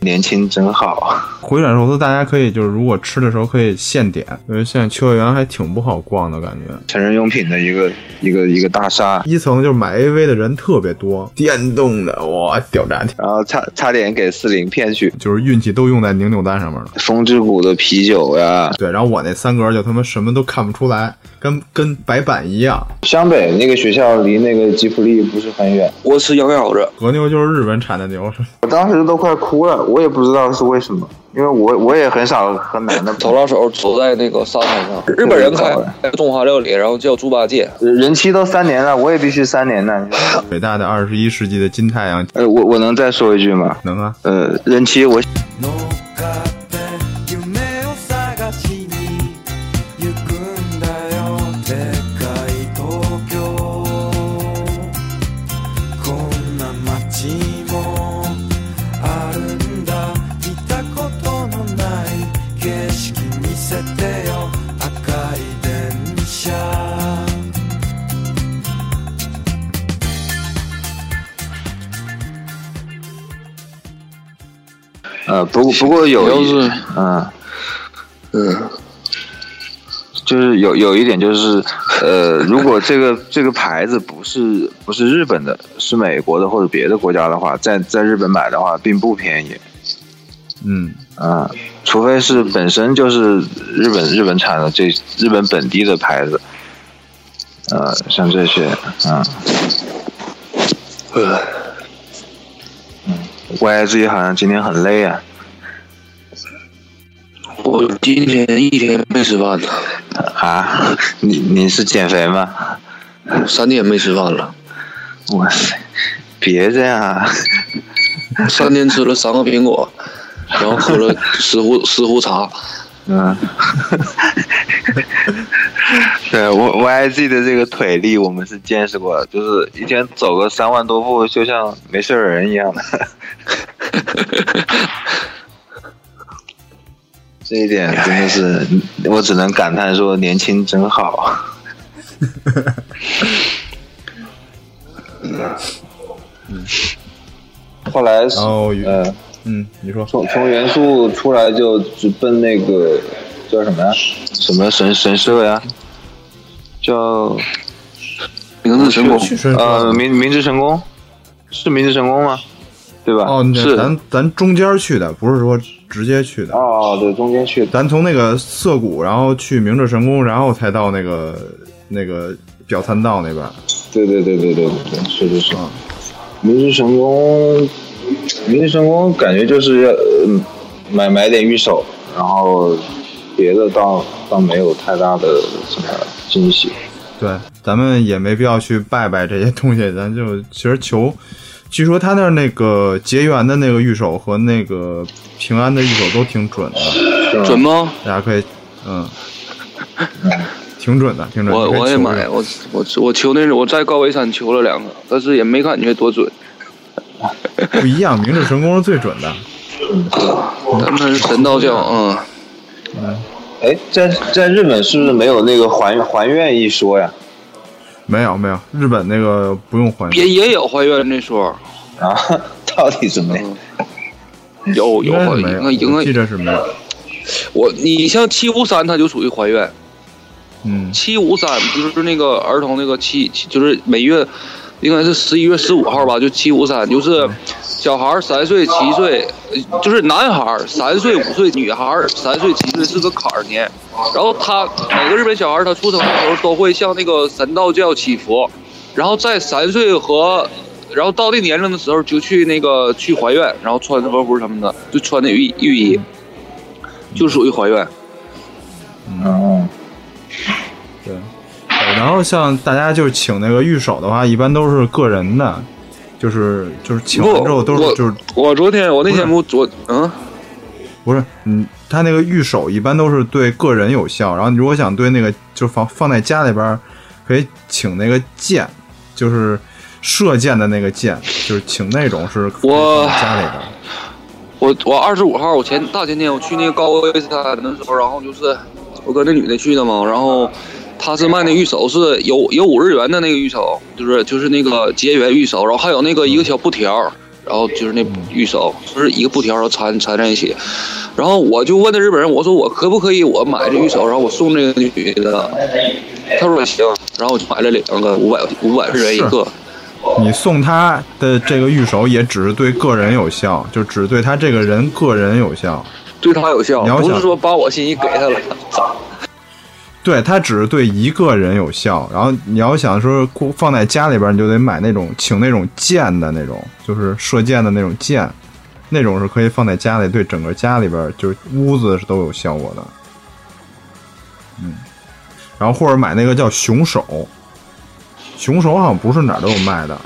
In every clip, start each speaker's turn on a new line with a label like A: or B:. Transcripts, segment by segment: A: 年轻真好。
B: 回转寿司大家可以就是如果吃的时候可以现点，因为现在秋叶原还挺不好逛的感觉。
A: 成人用品的一个一个一个大厦，
B: 一层就是买 AV 的人特别多，电动的哇屌炸天，
A: 然后差差点给四零骗去。
B: 就是运气都用在拧扭蛋上面了。
A: 风之谷的啤酒呀，
B: 对，然后我那三格就他妈什么都看不出来，跟跟白板一样。
A: 湘北那个学校离那个吉普力不是很远，
C: 我齿咬咬着，
B: 和牛就是日本产的牛，是吧
A: 我当时都快哭了，我也不知道是为什么，因为我我也很少和男
B: 嗯
A: 的
C: 手拉手走在那个沙滩上。日本人开中华料理，然后叫猪八戒。
A: 人妻都三年了，我也必须三年呢。你说
B: 伟大的二十一世纪的金太阳，
A: 呃，我我能再说一句吗？
B: 能啊，
A: 呃，人妻我
D: 乗っかって夢を探しに行くんだよでかい東京こんな街もあるんだ見たことのない景色見せてよ赤い電車
A: 呃，不过不过有一
C: 要是
A: 嗯嗯，就是有有一点就是，呃，如果这个这个牌子不是不是日本的，是美国的或者别的国家的话，在在日本买的话并不便宜，
B: 嗯，
A: 嗯，除非是本身就是日本日本产的这日本本地的牌子，呃，像这些，嗯，呃，嗯，YG 好像今天很累啊。
C: 我今天一天没吃饭呢，
A: 啊，你你是减肥吗？
C: 三天没吃饭了，
A: 哇塞，别这样啊！
C: 三天吃了三个 苹果，然后喝了十壶十壶茶。
A: 嗯， 对我 YG 的这个腿力我们是见识过的，就是一天走个三万多步，就像没事儿人一样的。这一点真的是，我只能感叹说年轻真 好。嗯后来是，
B: 然后
A: 呃，
B: 嗯，你说
A: 从从元素出来就直奔那个叫什么呀？什么神神啊社呀？叫
C: 名字成功，
B: 去神社
A: 呃明明治神宫，是明治神宫吗？对吧？
B: 哦，
A: 是
B: 那咱咱中间去的，不是说直接去的，
A: 哦，对，中间去的。
B: 咱从那个涩谷，然后去明治神宫，然后才到那个那个表参道那边。
A: 对对对对对对对，是是是
B: 嗯。
A: 明治神宫，明治神宫感觉就是要、呃、买买点预手，然后别的倒倒没有太大的什么惊喜。
B: 对，咱们也没必要去拜拜这些东西，咱就其实求。据说他那儿那个结缘的那个御守和那个平安的御守都挺准的，
C: 准吗？
B: 大家可以，嗯，挺准的，挺准的。
C: 我
B: 你可以
C: 我
B: 嗯
C: 也
B: 求
C: 买，
B: 证
C: 我我我求那我在高维山求了两个，但是也没感觉多准。
B: 不一样，明治神宫是最准的。
C: 咱们神道教，嗯，
A: 哎，在在日本是不是没有那个还还愿一说呀？
B: 没有没有，日本那个不用还愿，
C: 也也有怀孕那说，
A: 啊，到底怎么样？
C: 有
B: 应
C: 有
B: 该
C: 怀
B: 是
C: 孕，
B: 没
C: 应该应
B: 有，我记
C: 该
B: 着是没有。
C: 我你像七五三，它就属于怀孕。
B: 嗯，
C: 七五三就是那个儿童那个七，七就是每月应该是十一月十五号吧，就七五三，就是小孩儿三岁、七岁，呃就是男孩儿三岁、五岁，女孩儿三岁、七岁是个坎儿年。然后他每个日本小孩儿他出生的时候都会向那个神道教祈福，然后在三岁和然后到这年龄的时候就去那个去怀孕，然后穿和服什么的，就穿那浴浴衣，就属于怀孕。
A: 嗯，
B: 对。对然后像大家就是请那个御守的话，一般都是个人的，就是就是请完之后都
C: 我
B: 是就是
C: 我昨天我那天不昨嗯。
B: 不是嗯，他那个御守一般都是对个人有效。然后你如果想对那个就放放在家里边儿，可以请那个箭，就是射箭的那个箭，就是请那种是可以
C: 我
B: 放在家里边儿。
C: 我我二十五号，我前大前天我去那个高威山的时候，然后就是我跟那女的去的嘛，然后她是卖那玉手是有有五日元的那个玉手，就是就是那个结缘玉手，然后还有那个一个小布条，然后就是那玉手，就是一个布条，然后缠缠在一起。然后我就问那日本人，我说我可不可以我买这玉手，然后我送这个女的？他说行，然后我就买了两个五百五百日元一个。
B: 你送他的这个玉手也只是对个人有效，就只对他这个人个人有效。
C: 对他有效
B: 你要，
C: 不
B: 想
C: 是说把我心意给他了。
B: 对，它只是对一个人有效。然后你要想说过放在家里边儿，你就得买那种请那种箭的那种，就是射箭的那种箭，那种是可以放在家里，对整个家里边儿就是屋子是都有效果的。嗯，然后或者买那个叫熊手，熊手好像不是哪儿都有卖的，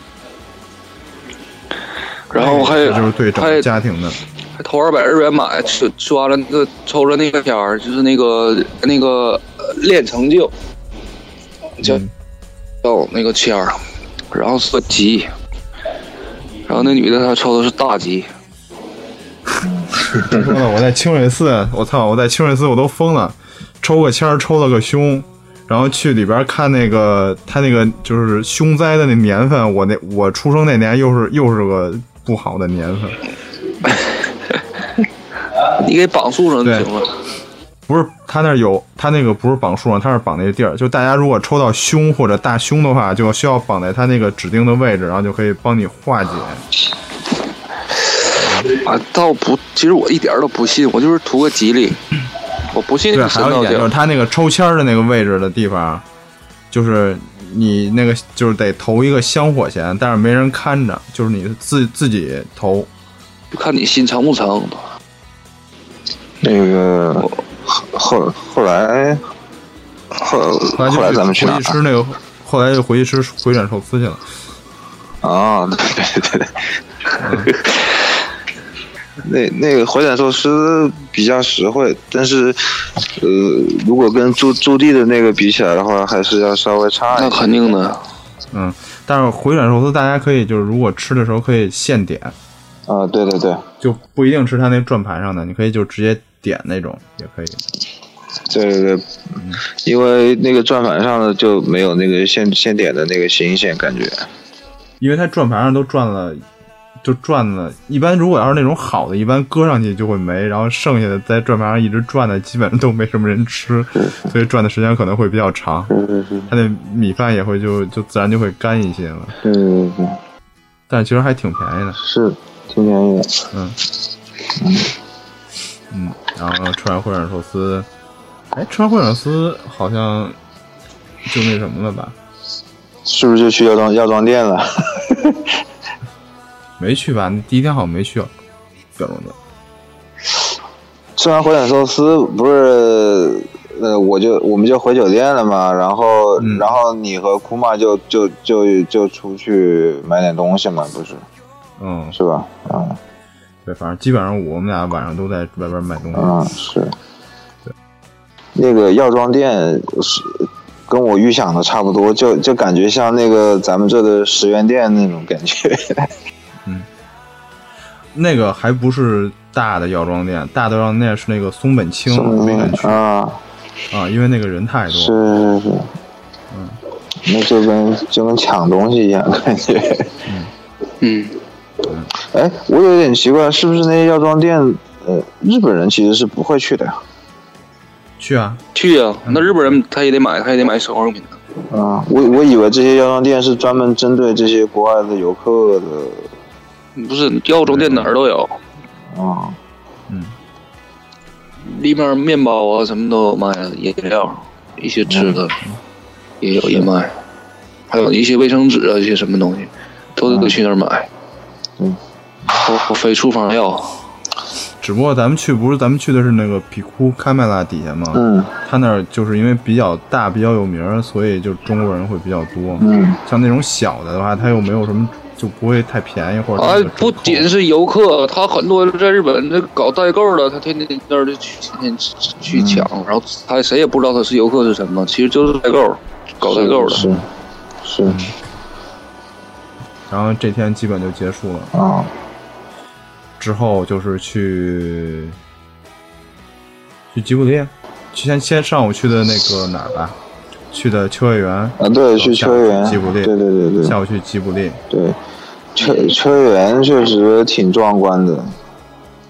C: 然后还
B: 哎这就是对整
C: 还
B: 个家庭的。
C: 还投二百日元买，吃吃完了那个抽着那个片儿，就是那个那个呃练成就，叫
B: 嗯
C: 叫那个签儿，然后是吉，然后那女的她抽的是大吉，
B: 说了， 我在清水寺，我操，我在清水寺我都疯了，抽个签儿，抽了个凶，然后去里边看那个他那个就是凶灾的那年份，我那我出生那年又是又是个不好的年份，
C: 你给绑树上就
B: 对
C: 行了。
B: 不是他那儿有他那个不是绑树上，他是绑那个地儿，就大家如果抽到凶或者大凶的话，就需要绑在他那个指定的位置，然后就可以帮你化解。
C: 啊，倒不，其实我一点儿都不信，我就是图个吉利，我不 信
B: 对，
C: 这
B: 还
C: 神
B: 有一
C: 道
B: 点就是
C: 教。
B: 他那个抽签儿的那个位置的地方，就是你那个就是得投一个香火钱，但是没人看着，就是你自自己投。
C: 就看你心诚不诚。
A: 那个后后来哎后
B: 后来就
A: 后来咱们去
B: 回
A: 哪
B: 去
A: 儿
B: 吃那个，后来就回去吃回转寿司去了。
A: 啊？对对对对。那那个回转寿司比较实惠，但是，呃，如果跟驻驻地的那个比起来的话，还是要稍微差一
C: 那
A: 点。
C: 肯定的，
B: 嗯，但是回转寿司大家可以就是如果吃的时候可以现点，
A: 啊，对对对，
B: 就不一定吃他那转盘上的，你可以就直接点那种也可以。
A: 对对对，因为那个转盘上的就没有那个现现点的那个新鲜感觉。
B: 因为它转盘上都转了，就转了。一般如果要是那种好的，一般搁上去就会没，然后剩下的在转盘上一直转的，基本上都没什么人吃，所以转的时间可能会比较长。它的米饭也会就就自然就会干一些了，
A: 对对对，
B: 但其实还挺便宜的。
A: 是挺便宜的。
B: 嗯，嗯，然后吃完烩转寿司，哎，吃完烩转寿司好像就那什么了吧？
A: 是不是就去药妆药妆店了？
B: 没去吧？第一天好像没去啊，表龙的。
A: 吃完回转寿司不是，呃，我就我们就回酒店了嘛，然后、
B: 嗯
A: 然后你和库玛就就就就出去买点东西嘛，不是
B: 嗯，
A: 是吧？嗯
B: 对，反正基本上我们俩晚上都在外边买东西。
A: 嗯是。那个药妆店是跟我预想的差不多，就就感觉像那个咱们这的十元店那种感觉。
B: 那个还不是大的药妆店，大的药妆店是那个松本清，
A: 送
B: 没
A: 面
B: 敢去
A: 啊，
B: 啊，因为那个人太
A: 是
B: 多。
A: 是是，那就跟就跟抢东西一样感觉。
C: 嗯，
A: 哎，我有点奇怪，是不是那些药妆店，呃，日本人其实是不会去的呀？
B: 去啊，
C: 去呀、
A: 嗯
C: 那日本人他也得买，他也得买生活用品的。
A: 啊，我我以为这些药妆店是专门针对这些国外的游客的
C: 不是药妆店哪儿都有，
A: 啊。嗯
C: 里面面包啊什么都有卖的，饮料、一些吃的
A: 嗯
C: 也有也卖，还有一些卫生纸啊，一些什么东西，都得去那儿买。
A: 嗯，
C: 我我非处方药，
B: 只不过咱们去不是咱们去的是那个比库卡麦拉底下嘛，
A: 嗯
B: 他那儿就是因为比较大、比较有名儿，所以就中国人会比较多。
A: 嗯，
B: 像那种小的的话，它又没有什么，就不会太便宜或者它
C: 啊
B: 有折，
C: 不
B: 扣
C: 仅是游客，他很多在日本这搞代购的，他天天那儿就去天天去抢，
A: 嗯
C: 然后他谁也不知道他是游客是什么，其实就是代购，搞代购的。嗯
A: 是是
B: 然后这天基本就结束了。
A: 啊，
B: 之后就是去去吉卜力，去先先上午去的那个哪儿吧，去的秋叶原
A: 啊对去秋叶原
B: 吉卜力，
A: 对对对对
B: 下午去吉卜力，
A: 对。车车园确实挺壮观的，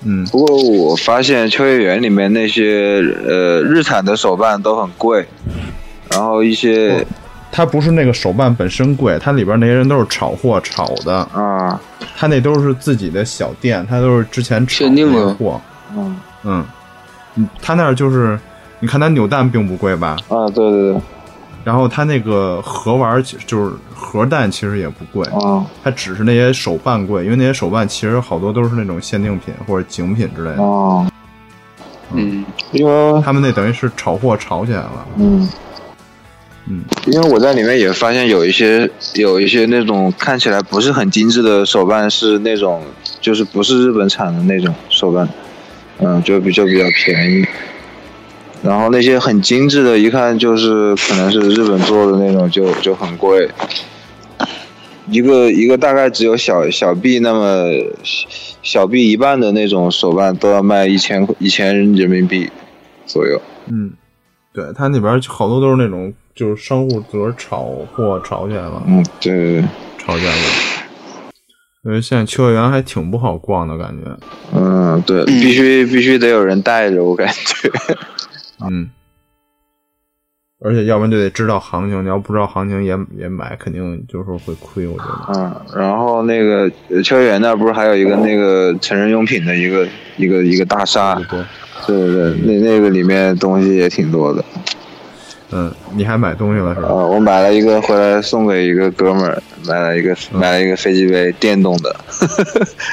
B: 嗯，
A: 不过我发现秋叶原里面那些呃日产的手办都很贵，然后一些
B: 它不是那个手办本身贵，它里边那些人都是炒货炒的，
A: 啊、
B: 它那都是自己的小店，它都是之前炒的
C: 限定
B: 那
C: 的
B: 个货，
A: 嗯
B: 嗯，嗯它那儿就是，你看它扭蛋并不贵吧，
A: 啊，对对对，
B: 然后它那个盒玩儿其实就是盒蛋其实也不贵，
A: 嗯
B: 它只是那些手办贵，因为那些手办其实好多都是那种限定品或者精品之类的，
A: 嗯，
C: 嗯，
A: 因为
B: 他们那等于是炒货炒起来了，
A: 嗯
B: 嗯，
A: 因为我在里面也发现有一些有一些那种看起来不是很精致的手办是那种就是不是日本产的那种手办，嗯，就比就比较便宜。然后那些很精致的，一看就是可能是日本做的那种就，就很贵。一个一个大概只有小小臂那么小小臂一半的那种手办都要卖一千一千人民币左右。
B: 嗯，对，它那边好多都是那种就是商户自个儿炒货炒起来了，
A: 嗯，对对对，
B: 吵架了。因为现在秋叶原还挺不好逛的感觉。
A: 嗯，对，必须必须得有人带着，我感觉。啊
B: 嗯，而且要不然就得知道行情，你要不知道行情也也买，肯定就是会亏。我觉得，
A: 嗯，然后那个呃秋园那儿不是还有一个那个成人用品的一个一个一个大厦
B: 对？对。
A: 对对对，那那个里面东西也挺多的。
B: 嗯，你还买东西了是吧？
A: 呃，我买了一个回来送给一个哥们儿，买了一个买了一个飞机杯，电动的。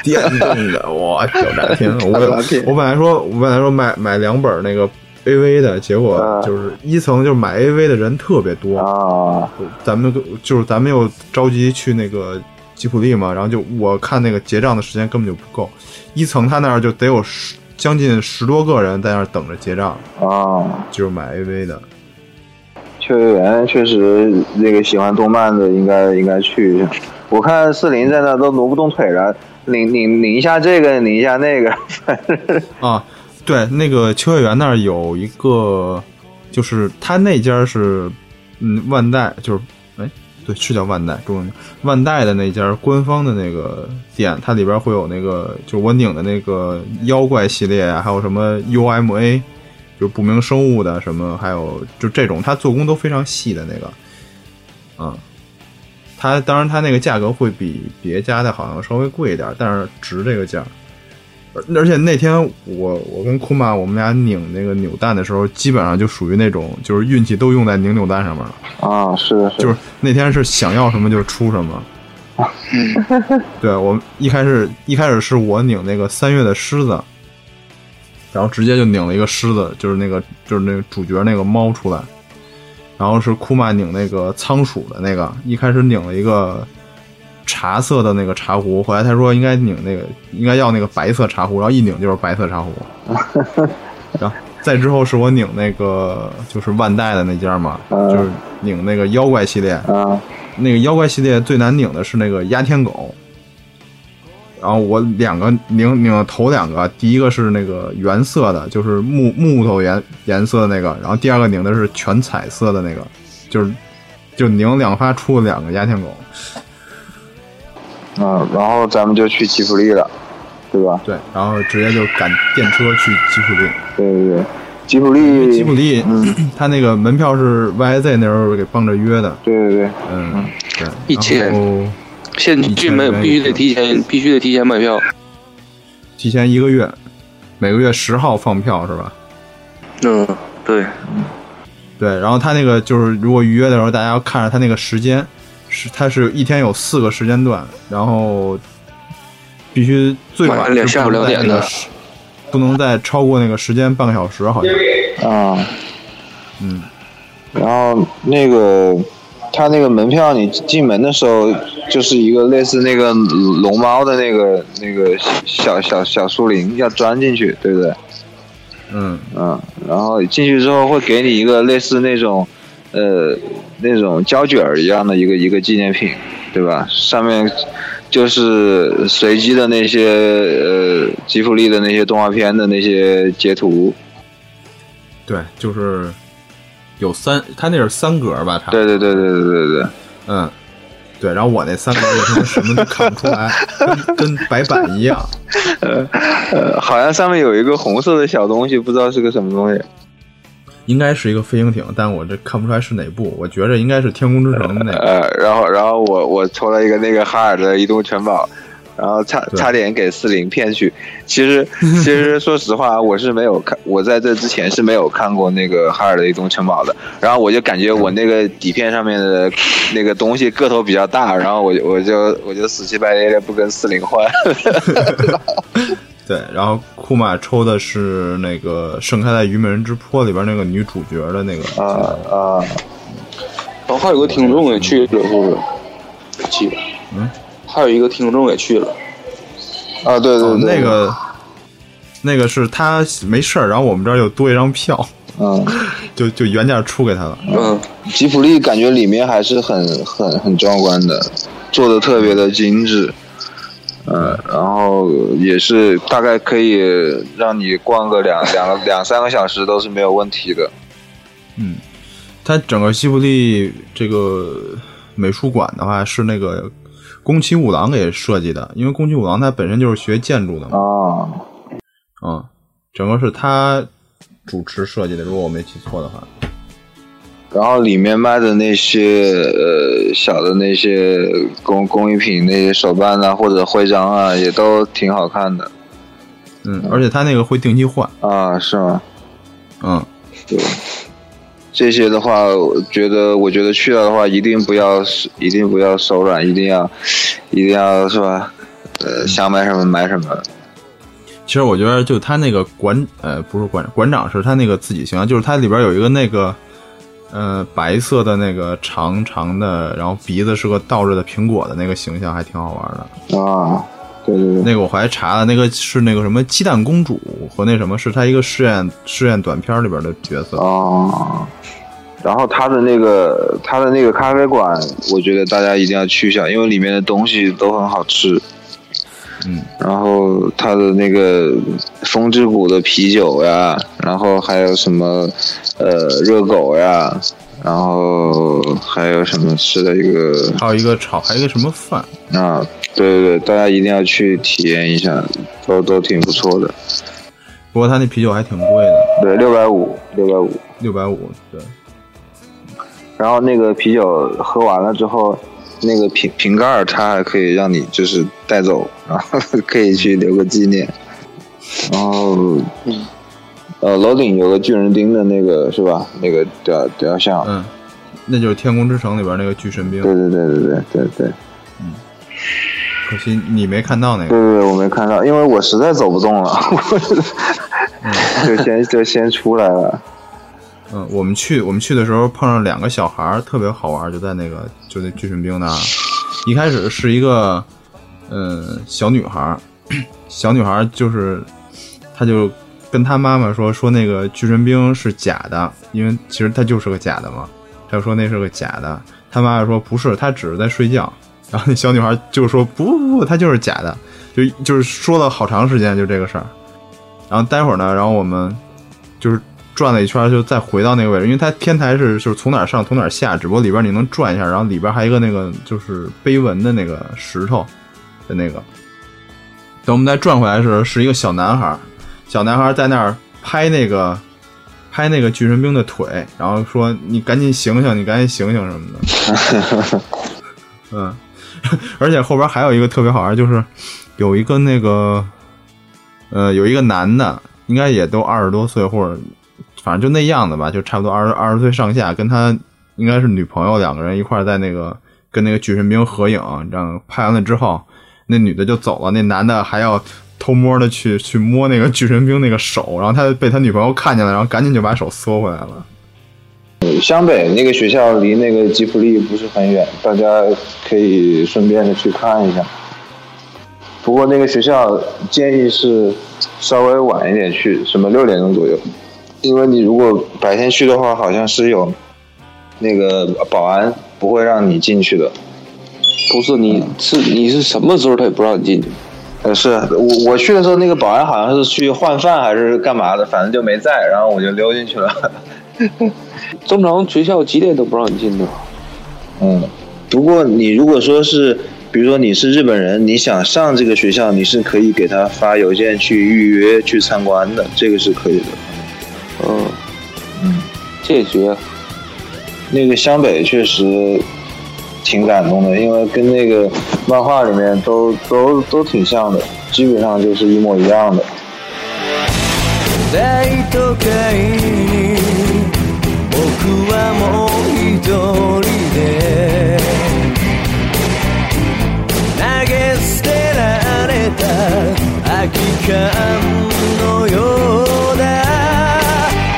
B: 电动的，我小炸天！ 我
A: 大炸天
B: 我本来说，我本来说买买两本那个 AV 的，结果就是一层就是买 AV 的人特别多，
A: 啊，
B: 咱们就就是咱们又着急去那个吉普力嘛，然后就我看那个结账的时间根本就不够，一层他那儿就得有十将近十多个人在那儿等着结账，
A: 啊，
B: 就是买 AV 的。
A: 秋园确实那个喜欢动漫的应该应该去一下。我看四零在那都挪不动腿了，拧拧拧一下这个，拧一下那个。
B: 啊，对，那个秋叶原那儿有一个，就是他那家是，嗯，万代就是，哎，对，是叫万代，中文万代的那家官方的那个店，它里边会有那个就是我拧的那个妖怪系列啊，还有什么 UMA，就是不明生物的什么，还有就这种，它做工都非常细的那个，嗯。它当然，它那个价格会比别家的好像稍微贵一点，但是值这个价。而而且那天我我跟库玛我们俩拧那个扭蛋的时候，基本上就属于那种就是运气都用在拧扭蛋上面了，
A: 啊，是的，是的
B: 就是那天是想要什么就出什么。 对我一开始一开始是我拧那个三月的狮子，然后直接就拧了一个狮子，就是那个就是那个主角那个猫出来，然后是库玛拧那个仓鼠的那个，一开始拧了一个茶色的那个茶壶，后来他说应该拧那个应该要那个白色茶壶，然后一拧就是白色茶壶，然后再之后是我拧那个就是万代的那家嘛，就是拧那个妖怪系列，
A: 啊
B: 那个妖怪系列最难拧的是那个压天狗，然后我两个拧拧了头两个，第一个是那个原色的，就是木木头颜颜色的那个，然后第二个拧的是全彩色的那个，就是就拧两发出了两个压天狗，
A: 嗯，然后咱们就去吉普力了，对吧？
B: 对，然后直接就赶电车去吉普力。
A: 对对对，吉普
C: 嗯
A: 力，
B: 嗯吉普力， 他那个门票是 YZ 那时候给帮着约的，
A: 对对对，
B: 嗯，对，
C: 一千
B: 然后
C: 现去没有必须得提前，必须得提前买票。
B: 提前一个月，每个月十号放票是吧？
C: 嗯，对，
B: 对，然后他那个就是如果预约的时候，大家要看着他那个时间，是他是一天有四个时间段，然后必须最晚
C: 晚
B: 是
C: 上两下午
B: 不能
C: 两
B: 在那
C: 点
B: 个
C: 的
B: 时，不能再超过那个时间半个小时，好像。
A: 啊，
B: 嗯，
A: 然后那个他那个门票，你进门的时候就是一个类似那个龙猫的那个那个小小小树林，要钻进去，对不对？
B: 嗯，
A: 嗯，然后进去之后会给你一个类似那种，呃，那种胶卷儿一样的一个一个纪念品，对吧？上面就是随机的那些呃吉普力的那些动画片的那些截图，
B: 对，就是有三，他那是三格吧？差不多
A: 对对对对对对对，
B: 嗯，对，然后我那三轮也他妈什么都看不出来，跟跟白板一样。
A: 呃，好像上面有一个红色的小东西，不知道是个什么东西。
B: 应该是一个飞行艇，但我这看不出来是哪部，我觉着应该是《天空之城》的那个。
A: 呃，然后然后我我抽了一个那个哈尔的移动城堡，然后差
B: 对
A: 差点给四零骗去。其 实其实说实话，我是没有看，我在这之前是没有看过那个哈尔的移动城堡的。然后我就感觉我那个底片上面的那个东西个头比较大，然后我就我就我就死乞白赖的不跟四零换。
B: 对，然后库玛抽的是那个《盛开在虞美人之坡》里边那个女主角的那个。
A: 啊 啊，
C: 然后还有个听众也去了，是不是？我记得，
B: 嗯，
C: 还有一个听众也去了，
A: 啊，对对
B: 哦
A: 对，
B: 那个那个是他没事儿，然后我们这儿又多一张票，
A: 嗯。
B: 就就原价出给他了。
C: 嗯，
A: 吉普力感觉里面还是很很很壮观的，做的特别的精致，呃，然后也是大概可以让你逛个两两个两三个小时都是没有问题的。
B: 嗯，它整个西伯利这个美术馆的话，是那个宫崎吾郎给设计的，因为宫崎吾郎他本身就是学建筑的嘛，
A: 啊，
B: 嗯，整个是他主持设计的，如果我没记错的话，
A: 然后里面卖的那些呃小的那些工工艺品，那些手办啊或者徽章啊，也都挺好看的
B: 嗯，而且他那个会定期换，
A: 啊，是吗？
B: 嗯，
A: 对，这些的话，我觉得我觉得去了的话，一定不要一定不要手软，一定要一定要是吧？呃，想买什么买什么。
B: 其实我觉得就他那个馆呃不是馆馆长是他那个自己形象，就是他里边有一个那个。呃，白色的那个长长的，然后鼻子是个倒着的苹果的那个形象，还挺好玩的。
A: 啊，对对对，
B: 那个我还查了，那个是那个什么鸡蛋公主和那什么，是她一个试验试验短片里边的角色。
A: 啊。然后他的那个他的那个咖啡馆，我觉得大家一定要去一下，因为里面的东西都很好吃。
B: 嗯，
A: 然后它的那个风之谷的啤酒呀，然后还有什么呃热狗呀，然后还有什么吃的一个
B: 还有一个炒，还有一个什么饭，
A: 啊，对对对，大家一定要去体验一下，都都挺不错的。
B: 不过他那啤酒还挺贵的，
A: 对，六百五，六百五。
B: 六百五。对，
A: 然后那个啤酒喝完了之后，那个瓶瓶盖儿它还可以让你就是带走，然后可以去留个纪念。然后，呃，楼顶有个巨人兵的那个是吧？那个雕雕像，
B: 嗯，那就是《天空之城》里边那个巨神兵，
A: 对对对对对对对
B: 可惜你没看到那
A: 对
B: 个。
A: 对，我没看到，因为我实在走不动了，我就就先就先出来了。
B: 嗯，我们去我们去的时候碰上两个小孩儿，特别好玩，就在那个就那巨神兵那儿。一开始是一个，嗯，小女孩儿， 小女孩儿就是，她就跟她妈妈说说那个巨神兵是假的，因为其实她就是个假的嘛。她说那是个假的，她妈妈说不是，她只是在睡觉。然后那小女孩就说不不不，她就是假的，就就是说了好长时间就这个事儿。然后待会儿呢，然后我们就是转了一圈儿，就再回到那个位置，因为它天台是就是从哪儿上从哪儿下，只不过里边儿你能转一下，然后里边儿还有一个那个就是碑文的那个石头的那个。等我们再转回来的时候，是一个小男孩儿，小男孩儿在那儿拍那个拍那个巨神兵的腿，然后说：“你赶紧醒醒，你赶紧醒醒什么的。” 嗯，而且后边还有一个特别好玩，就是有一个那个呃，有一个男的，应该也都二十多岁，或者反正就那样子吧，就差不多二十二十岁上下，跟他应该是女朋友两个人一块儿在那个跟那个巨神兵合影，然后拍完了之后，那女的就走了，那男的还要偷摸的去 去摸那个巨神兵那个手，然后他被他女朋友看见了，然后赶紧就把手缩回来了。
A: 呃湘北那个学校离那个吉普力不是很远，大家可以顺便的去看一下。不过那个学校建议是稍微晚一点去，什么六点钟左右，因为你如果白天去的话，好像是有那个保安不会让你进去的。
C: 不是你是你是什么时候他也不让你进去，
A: 呃，是我我去的时候，那个保安好像是去换饭还是干嘛的，反正就没在，然后我就溜进去了。
C: 正常学校几点都不让你进的，
A: 嗯，不过你如果说是，比如说你是日本人，你想上这个学校，你是可以给他发邮件去预约去参观的，这个是可以的。嗯，这也绝。那个湘北确实挺感动的，因为跟那个漫画里面都都都挺像的，基本上就是一模一样的。
D: 大都会に僕はもう一人で投げ捨てられた空き缶のようだ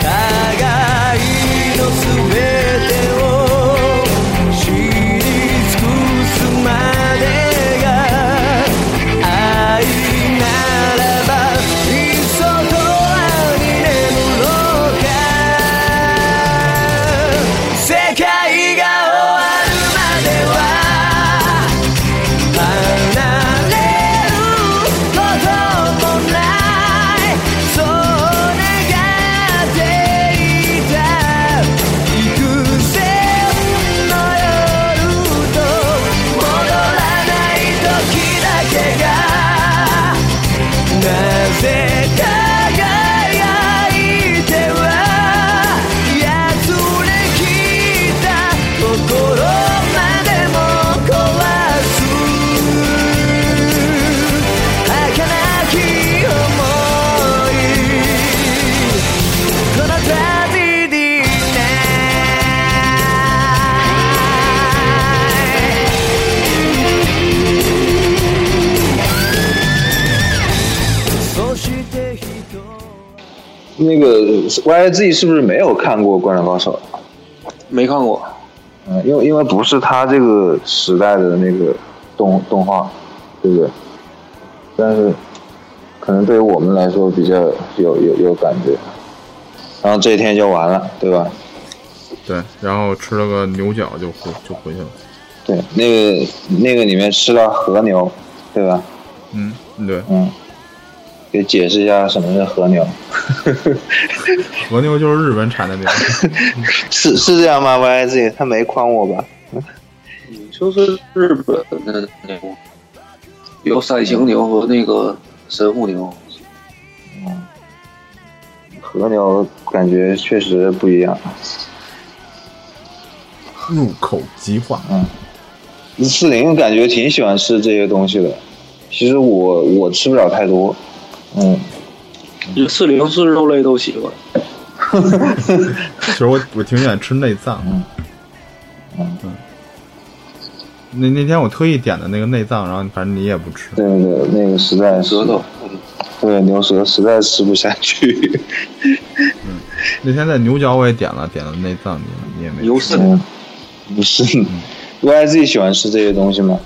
D: 互いの全てを知り尽くすまでが愛ならばいっそ永遠に眠ろうか世界が終わるまでは離れることもないそう願っていた幾千の夜と戻らない時だけがなぜ輝いては奴れきた心までも壊す儚き想いこの旅にねそして人
A: 那个 YZ 是不是没有看过《灌篮高手》？
C: 没看过，
A: 嗯，因为因为不是他这个时代的那个动动画，对不对？但是可能对于我们来说比较有有有感觉。然后这一天就完了，对吧？
B: 对，然后吃了个牛角就回就回去了。
A: 对，那个那个里面吃到和牛，对吧？
B: 嗯，对，
A: 嗯，给解释一下什么是和牛？
B: 和牛就是日本产的牛。
A: 是是这样吗？YZ 他没诓我吧？
C: 就是日本的牛，有三型牛和那个神户牛。
A: 和牛感觉确实不一样。
B: 入口即化。
A: 四零感觉挺喜欢吃这些东西的，其实我我吃不了太多，嗯，
C: 四零四肉类都喜欢，
B: 其实我我挺喜欢吃内脏。嗯
A: 嗯
B: 那那天我特意点的那个内脏，然后反正你也不吃。
A: 对对对，那个实在是
C: 舌头，
A: 对牛舌实在吃不下去，
B: 那天在牛角我也点了，点了内脏，你你也没吃。
C: 牛肾。
A: 嗯，不是，YZ 喜欢吃这些东西吗？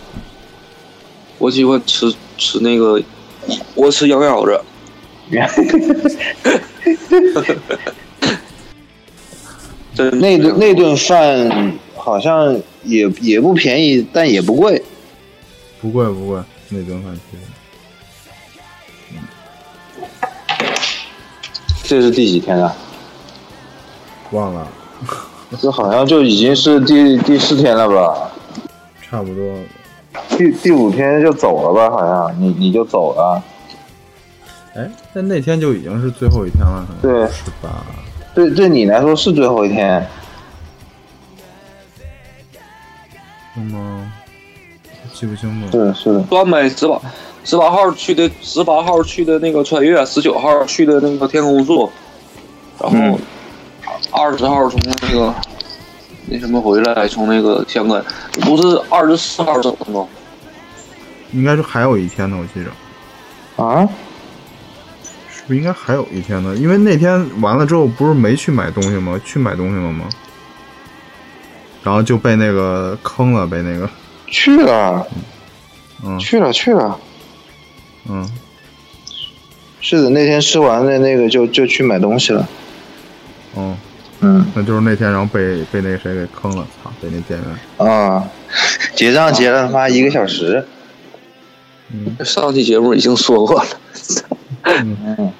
C: 我喜欢吃吃那个，我吃羊腰子， 真
A: 那顿那顿饭好像也也不便宜，但也不贵，
B: 不贵不贵，那顿饭其实
A: 这是第几天了？
B: 忘了，
A: 这好像就已经是第第四天了吧？
B: 差不多。
A: 第第五天就走了吧？好像你你就走了。
B: 哎，但那天就已经是最后一天了，可能
A: 对
B: 是吧？
A: 对，对你来说是最后一天，
B: 是吗？记不清了。
A: 是的，是的，
C: 专呗，十八十八号去的，十八号去的那个穿越，十九号去的那个天空树，然后
A: 嗯
C: 二十号从那个那什么回来，从那个香港，不是二十四号走的吗？
B: 应该是还有一天呢，我记着，
A: 啊，
B: 是不是应该还有一天呢？因为那天完了之后不是没去买东西吗？去买东西了吗？然后就被那个坑了，被那个，
A: 去了，
B: 嗯
A: 去了，去了。
B: 嗯，
A: 是的，那天吃完的那个就就去买东西了。
B: 哦，
A: 嗯
B: 那就是那天，然后被被那谁给坑了，操，被那店员，
A: 啊，结账结了他妈一个小时。
C: 上期节目已经说 过了，
A: 嗯，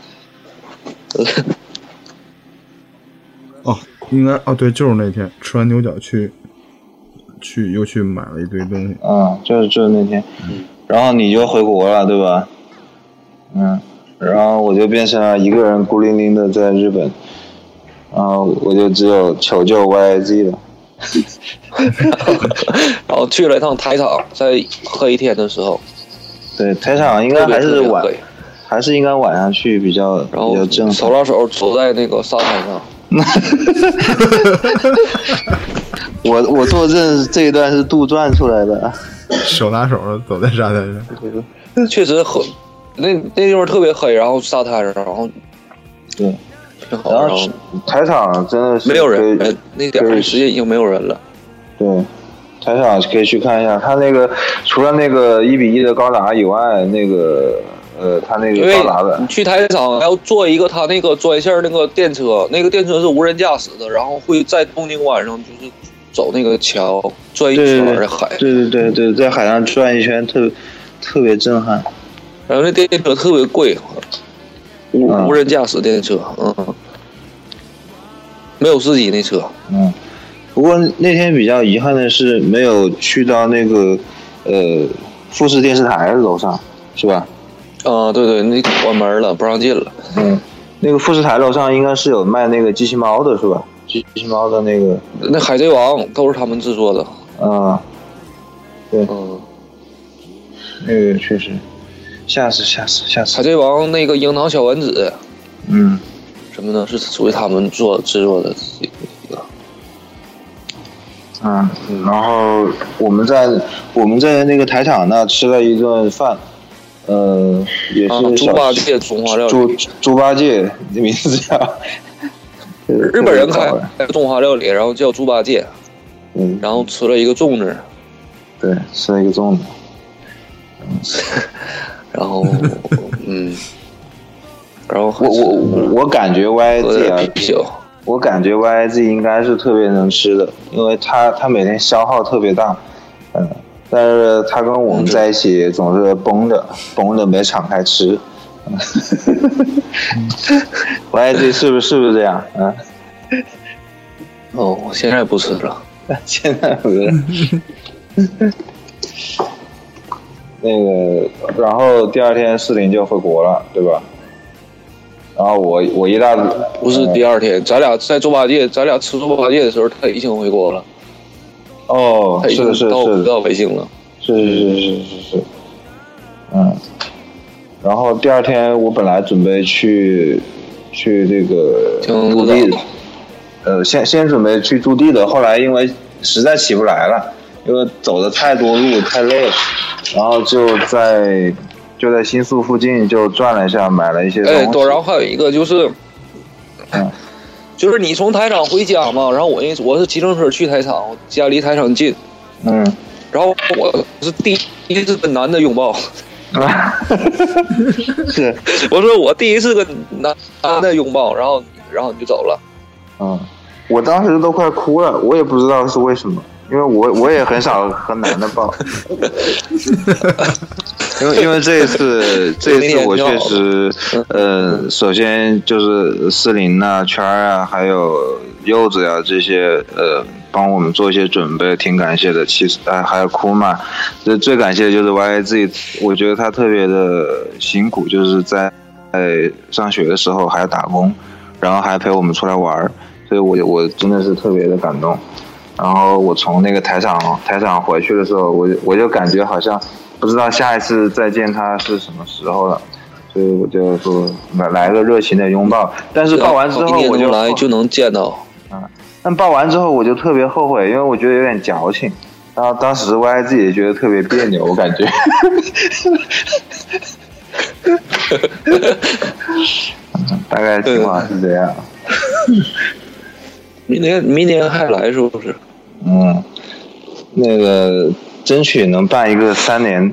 B: 哦，应该哦，对，就是那天吃完牛角去去又去买了一堆东西。
A: 嗯，就是就是那天，然后你就回国了，对吧？嗯，然后我就变成了一个人孤零零的在日本，然后我就只有求救 YIZ 了。
C: 然后去了一趟台场，在黑天的时候，
A: 对，台场应该
C: 特别
A: 还
C: 特
A: 是
C: 别
A: 晚，
C: 黑，
A: 还是应该晚上去比较
C: 然后
A: 比较正
C: 手
A: 常。
C: 拉手走在那个沙滩上，
A: 我我作证这一段是杜撰出来的。
B: 手拉手的走在沙滩上，
A: 嗯
C: 确实很，那那地方特别黑，然后沙滩上，然后
A: 对，
C: 挺好，
A: 然
C: 然
A: 后
C: 后
A: 台场真的是
C: 没有人呃
A: 可以，
C: 那点儿时间已经没有人了。
A: 对，台场可以去看一下。他那个除了那个一比一的高达以外，那个呃，他那
C: 因
A: 个
C: 为
A: 高达
C: 你
A: 的，
C: 去台场要坐一个他那个专线儿那个电车，那个电车是无人驾驶的，然后会在东京湾上就是走那个桥转一圈儿的海，
A: 对对对对，在海上转一圈特特别震撼。
C: 然后那电车特别贵，无
A: 嗯
C: 无人驾驶电车，嗯，没有司机那车，
A: 嗯，不过那天比较遗憾的是没有去到那个呃富士电视台楼上，是吧？
C: 啊，对对，那关门了，不让进了，
A: 嗯，那个富士台楼上应该是有卖那个机器猫的，是吧？机器猫的那个，
C: 那海贼王都是他们制作的，
A: 嗯，
C: 嗯，
A: 那个确实，下次下次下
C: 海
A: 次，
C: 贼王那个樱桃小丸子
A: 嗯，
C: 什么的，是属于他们做制作的啊一个。
A: 嗯，然后我们在我们在那个台场那吃了一顿饭，呃，也
C: 啊
A: 是，
C: 猪
A: 小
C: 八戒中华料理，
A: 猪猪八戒这名字叫。
C: 日本人开中华料理，然后叫猪八戒，
A: 嗯，
C: 然后吃了一个粽子，
A: 对，吃了一个粽子，
C: 然后 嗯，然后
A: 我我我感觉
C: 喝
A: YZ
C: 点啤
A: 啊，
C: 酒，
A: 我感觉 YZ 应该是特别能吃的，因为他他每天消耗特别大，嗯，但是他跟我们
C: 嗯
A: 在一起总是绷着，绷着没敞开吃。YZ
C: 嗯
A: 是不是是不是这样？嗯，
C: 哦，我现在不吃了，
A: 现在不 是。那个，然后第二天四零就回国了，对吧？然后我我一大早嗯
C: 不是第二天，咱俩在猪八戒，咱俩吃猪八戒的时候，他已经回国了，
A: 哦，
C: 他
A: 是
C: 已经
A: 的，是的，
C: 到
A: 是的，
C: 到北京了，
A: 是是是是是是，嗯。然后第二天我本来准备去去这个
C: 挺
A: 驻地，呃，先先准备去驻地的，后来因为实在起不来了，因为走的太多路太累了，然后就在就在新宿附近就转了一下，买了一些东西。
C: 哎，对，然后还有一个就是
A: 嗯。
C: 就是你从台场回家嘛，然后我那我是骑自行车去台场，我家离台场近，
A: 嗯，
C: 然后我是第一次跟男的拥抱，
A: 是，
C: 我说我第一次跟男男的拥抱，然后然后你就走了，
A: 嗯，我当时都快哭了，我也不知道是为什么，因为我我也很少和男的抱， 因为因为这一次这一次我确实，呃，首先就是四零啊、圈儿啊，还有柚子呀、这些，呃，帮我们做一些准备，挺感谢的。其实哎，还有哭嘛，最最感谢的就是 YZ，我觉得他特别的辛苦，就是在在上学的时候还要打工，然后还陪我们出来玩儿，所以我我真的是特别的感动。然后我从那个台场台场回去的时候，我就我就感觉好像不知道下一次再见他是什么时候了，所以我就说来来个热情的拥抱。但是
C: 啊
A: 抱完之后
C: 明年
A: 我就
C: 能来就能见到，
A: 但抱完之后我就特别后悔，因为我觉得有点矫情。然后当时 Y 自己也觉得特别别扭，我感觉。 大概情况是这样，
C: 明年明年还来是不是？
A: 嗯，那个争取能办一个三年，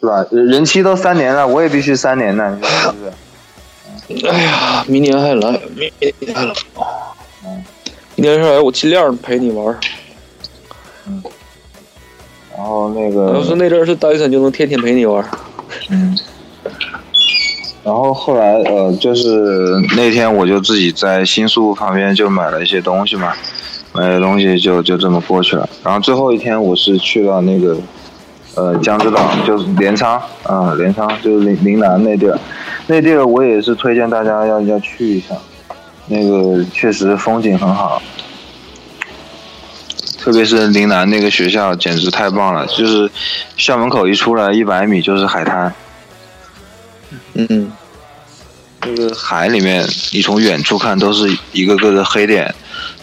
A: 是吧？人人期都三年了，我也必须三年呢，你说是不是？
C: 哎呀，明年还来，明年还来，明年还来，我尽量陪你玩儿。
A: 然后那
C: 要
A: 个
C: 是那阵儿是单身，就能天天陪你玩儿。
A: 嗯，然后后来呃，就是那天我就自己在新宿旁边就买了一些东西嘛，买了东西就就这么过去了。然后最后一天我是去了那个呃江之岛，就是镰仓，啊、镰仓就是陵陵南那地儿，那地儿我也是推荐大家要要去一下，那个确实风景很好。特别是陵南那个学校简直太棒了，就是校门口一出来一百米就是海滩，
E: 嗯，
A: 那个海里面，你从远处看都是一个个的黑点，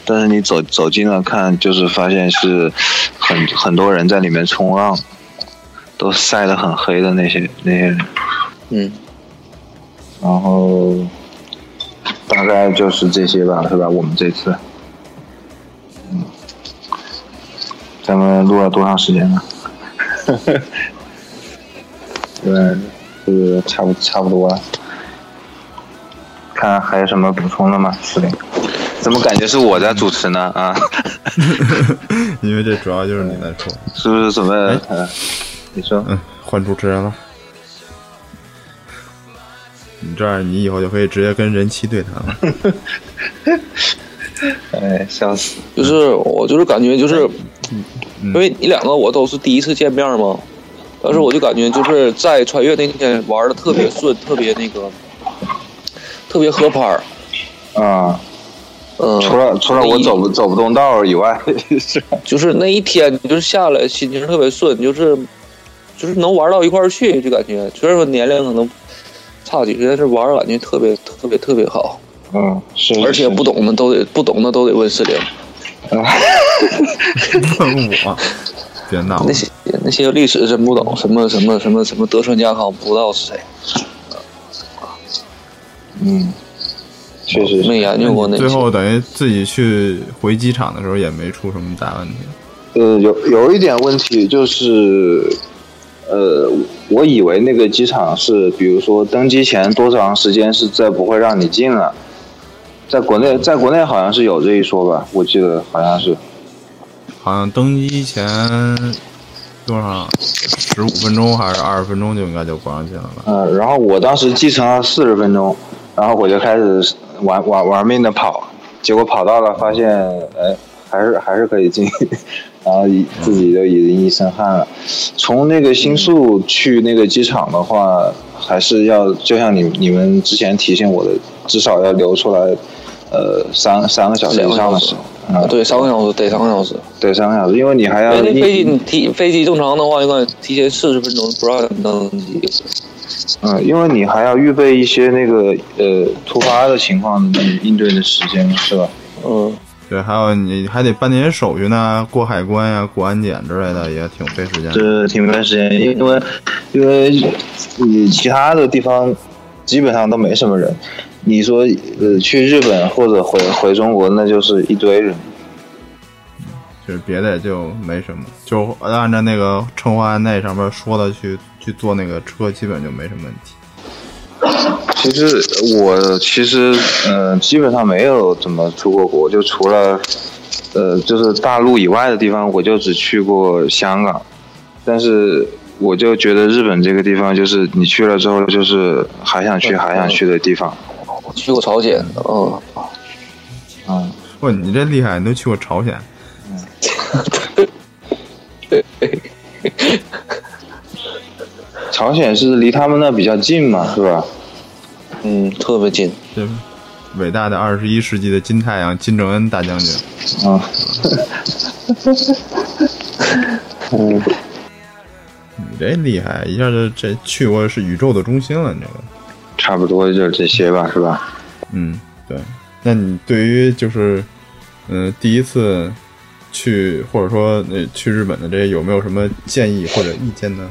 A: 但是你走走近了看，就是发现是很很多人在里面冲浪，都晒得很黑的那些那些人。
E: 嗯，
A: 然后大概就是这些吧，是吧？我们这次，嗯，嗯咱们录了多长时 间了？对，这个差不差不多了。看还有什么补充的吗？司令，怎么感觉是我在主持呢？啊，
B: 因为这主要就是你在说，
A: 是不是准备？呃你说，
B: 嗯，换主持人了。你这样，你以后就可以直接跟人妻对谈了。
A: 哎，笑死！
C: 就是我就是感觉就是，嗯
A: 嗯
C: 因为你两个我都是第一次见面嘛，但是我就感觉就是在穿越那天玩的特别顺，特别那个，特别合拍儿。
A: 啊，
C: 嗯，
A: 除了除了我
C: 那一
A: 走不走不动道儿以外， 是
C: 就是那一天就是下来心情特别顺，就是就是能玩到一块儿去，就感觉虽然说年龄可能差几岁，但是玩儿感觉特别特别特别好，
A: 嗯，是，
C: 而且
A: 是
C: 不懂的都得不懂的都得问四零，
B: 问 我，别闹
C: 那，些那些历史真不懂，什么什么什么什么德川家康不知道是谁，
A: 嗯，确实是
C: 没研究过那些。
B: 最后等于自己去回机场的时候也没出什么大问题。
A: 呃，有有一点问题就是，呃，我以为那个机场是，比如说登机前多长时间是再不会让你进了，在国内，在国内好像是有这一说吧，我记得好像是，
B: 好像登机前多少十五分钟还是二十分钟就应该就不让进了吧？
A: 嗯、然后我当时计程了四十分钟，然后我就开始玩玩玩命的跑，结果跑到了发现，哎，还是还是可以进，然后一自己就已经一身汗了。从那个新宿去那个机场的话，还是要就像你你们之前提醒我的，至少要留出来，呃，三三个小时以上的时间。
C: 啊
A: 啊，
C: 对，三个小时，得三个小时。
A: 对，三个小时，因为你还要
C: 因为那
A: 你
C: 飞机你提飞机正常的话，应该提前四十分钟不让你登机。
A: 嗯，因为你还要预备一些那个呃突发的情况应对的时间，是吧？
C: 嗯，
B: 对，还有你还得办那些手续呢，过海关呀、过安检之类的，也挺费时间的。
A: 是挺长时间，因为因为你其他的地方基本上都没什么人，你说呃去日本或者回回中国，那就是一堆人。
B: 就是别的也就没什么，就按照那个乘务案内上面说的去去坐那个车，基本就没什么问题。
A: 其实我其实呃基本上没有怎么出过国，就除了呃就是大陆以外的地方，我就只去过香港，但是我就觉得日本这个地方就是你去了之后就是还想去还想去的地方。
C: 我去过朝鲜，嗯，
A: 嗯，
B: 哇，你这厉害，你都去过朝鲜，
A: 朝鲜是离他们那比较近嘛，是吧？
C: 嗯，特别近。
B: 这伟大的二十一世纪的金太阳金正恩大将军。
A: 嗯。
B: 你这厉害，一下就这去过是宇宙的中心了，你这个。
A: 差不多就是这些吧，是吧？
B: 嗯，对。那你对于就是，嗯、第一次去或者说呃去日本的这有没有什么建议或者意见呢？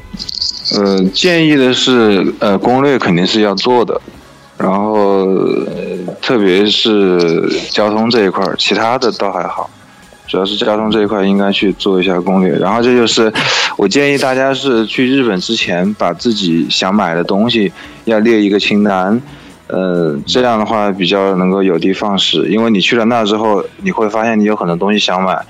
A: 呃，建议的是，呃，攻略肯定是要做的，然后、呃特别是交通这一块儿，其他的倒还好，主要是交通这一块应该去做一下攻略。然后这就是，我建议大家是去日本之前把自己想买的东西要列一个清单。呃，这样的话比较能够有的放矢，因为你去了那之后，你会发现你有很多东西想买，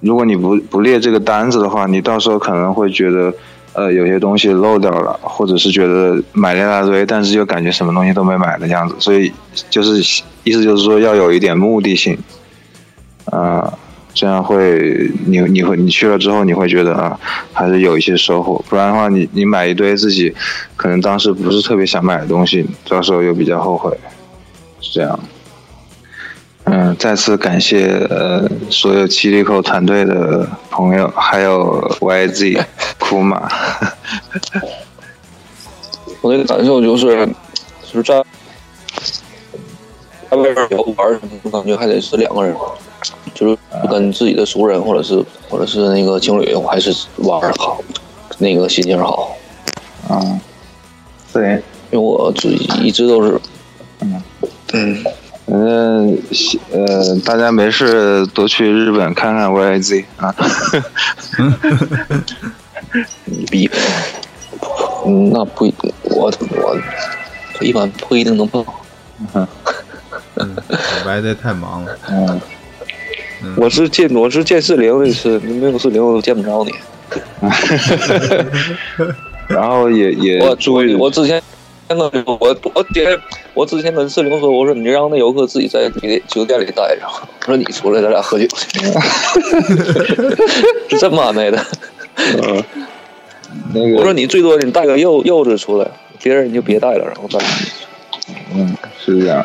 A: 如果你不不列这个单子的话，你到时候可能会觉得，呃有些东西漏掉了，或者是觉得买了一大堆，但是又感觉什么东西都没买的样子，所以就是意思就是说要有一点目的性，啊、这样会你你会你去了之后你会觉得啊还是有一些收获，不然的话你你买一堆自己可能当时不是特别想买的东西，到时候又比较后悔，是这样。嗯，再次感谢呃所有七力扣团队的朋友，还有 YZ 库马。
C: 我的感受就是，就是在在外边游玩什么，我感觉还得是两个人，就是不跟自己的熟人或者是或者是那个情侣，我还是玩儿好，那个心情好。
A: 嗯， 对，
C: 因为我自己一直都是
A: 反正呃大家没事多去日本看看 YZ 啊。
C: 比，嗯，那不一定，我我我一般不一定能碰。
B: 嗯白的太忙了，
A: 嗯
E: 我是见我是见四零那次，没有四零我都见不着你。
A: 然后也也
C: 我
A: 注意，
C: 我之前跟我我我姐，我之前跟四零说，我说你就让那游客自己在你的酒店里待着，我说你出来咱俩喝酒去， 是这么安排的。
A: 那
C: 我
A: 个
C: 说你最多你带个柚柚子出来，别人你就别带了，然后咱俩
A: 嗯是这样，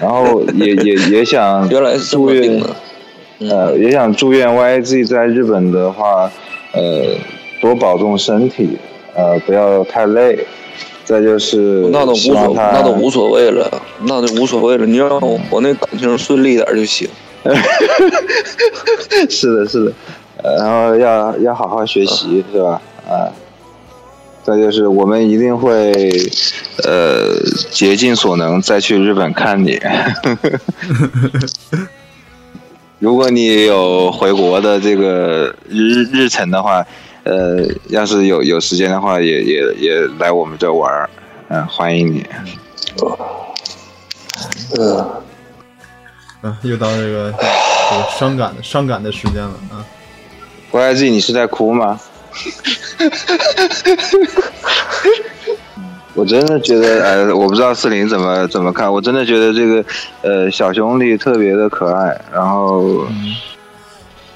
A: 然后也也也想
C: 原来是这么定的。嗯
A: 呃，也想祝愿 YZ 在日本的话，呃，多保重身体，呃，不要太累。再就是，
C: 哦那都无
A: 希
C: 所
A: 望他
C: 那都无所谓了，那就无所谓了。你让我我那感情顺利点儿就行。
A: 是的，是的，呃然后要要好好学习，是吧？啊，再就是我们一定会，呃，竭尽所能再去日本看你。如果你有回国的这个日日程的话，呃，要是有有时间的话，也也也来我们这玩儿，嗯、欢迎你。
B: 啊，又到这个这个伤感的伤感的时间了啊。
A: YG，你是在哭吗？ 我真的觉得，呃，我不知道四零怎么怎么看，我真的觉得这个，呃，小兄弟特别的可爱，然后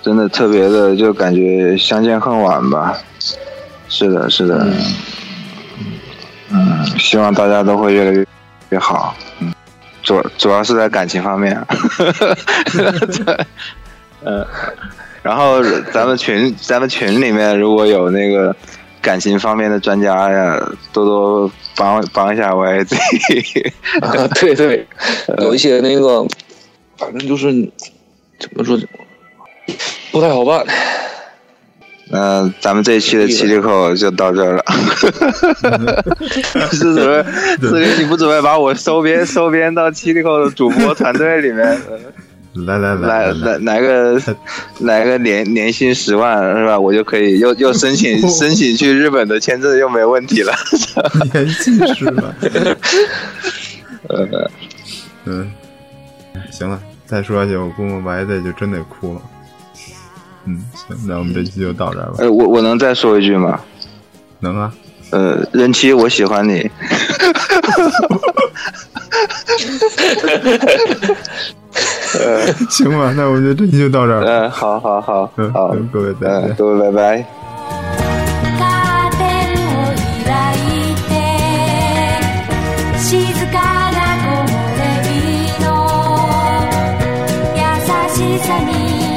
A: 真的特别的，就感觉相见恨晚吧。是的，是的，嗯，希望大家都会越来越越好。嗯，主主要是在感情方面。 然后咱们群咱们群里面如果有那个感情方面的专家呀，多多帮帮一下 YZ。
C: 啊，对对， 有一些那个，反正就是怎么说，不太好办。
A: 嗯，咱们这一期的七里口就到这儿 了。是准备，四零，你不准备把我收编收编到七里口的主播团队里面，
B: 来来
A: 来来，
B: 来
A: 来个来个年年薪十万是吧？我就可以又又申请 申请去日本的签证又没问题了。
B: 年纪是吧？嗯，行了，再说下去我估摸白的就真得哭了。嗯，行，那我们这期就到这儿吧。
A: 呃，我我能再说一句吗？
B: 能啊，
A: 呃，任七，我喜欢你。
B: 行吧，那我们就这期就到这儿吧。
A: 嗯，呃好好好
B: 嗯，
A: 好，
B: 嗯各位再见
A: 嗯，。各位拜拜。
F: カーテンを開いて静かな木漏れ日の優しさに